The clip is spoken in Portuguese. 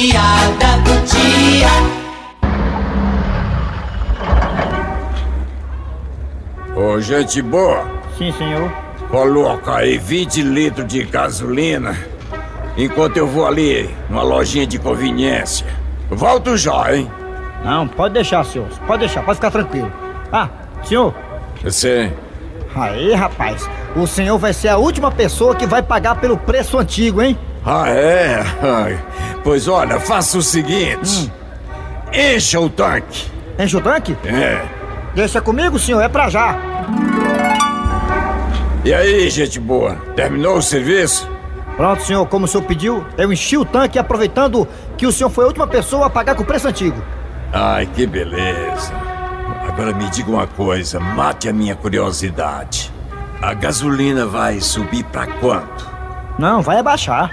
piada do dia. Ô, gente boa, Sim, senhor. coloca aí 20 litros de gasolina enquanto eu vou ali numa lojinha de conveniência. Volto já, hein? Não, pode deixar, senhor. Pode deixar, pode ficar tranquilo. Ah, senhor. Você. Aí, rapaz. O senhor vai ser a última pessoa que vai pagar pelo preço antigo, hein? Ah, é? Ai, Pois olha, faça o seguinte: encha o tanque. Enche o tanque? É. Deixa comigo, senhor. É pra já. E aí, gente boa, terminou o serviço? Pronto, senhor. Como o senhor pediu, eu enchi o tanque aproveitando que o senhor foi a última pessoa a pagar com o preço antigo. Ai, que beleza. Agora me diga uma coisa, mate a minha curiosidade. A gasolina vai subir pra quanto? Não, vai abaixar.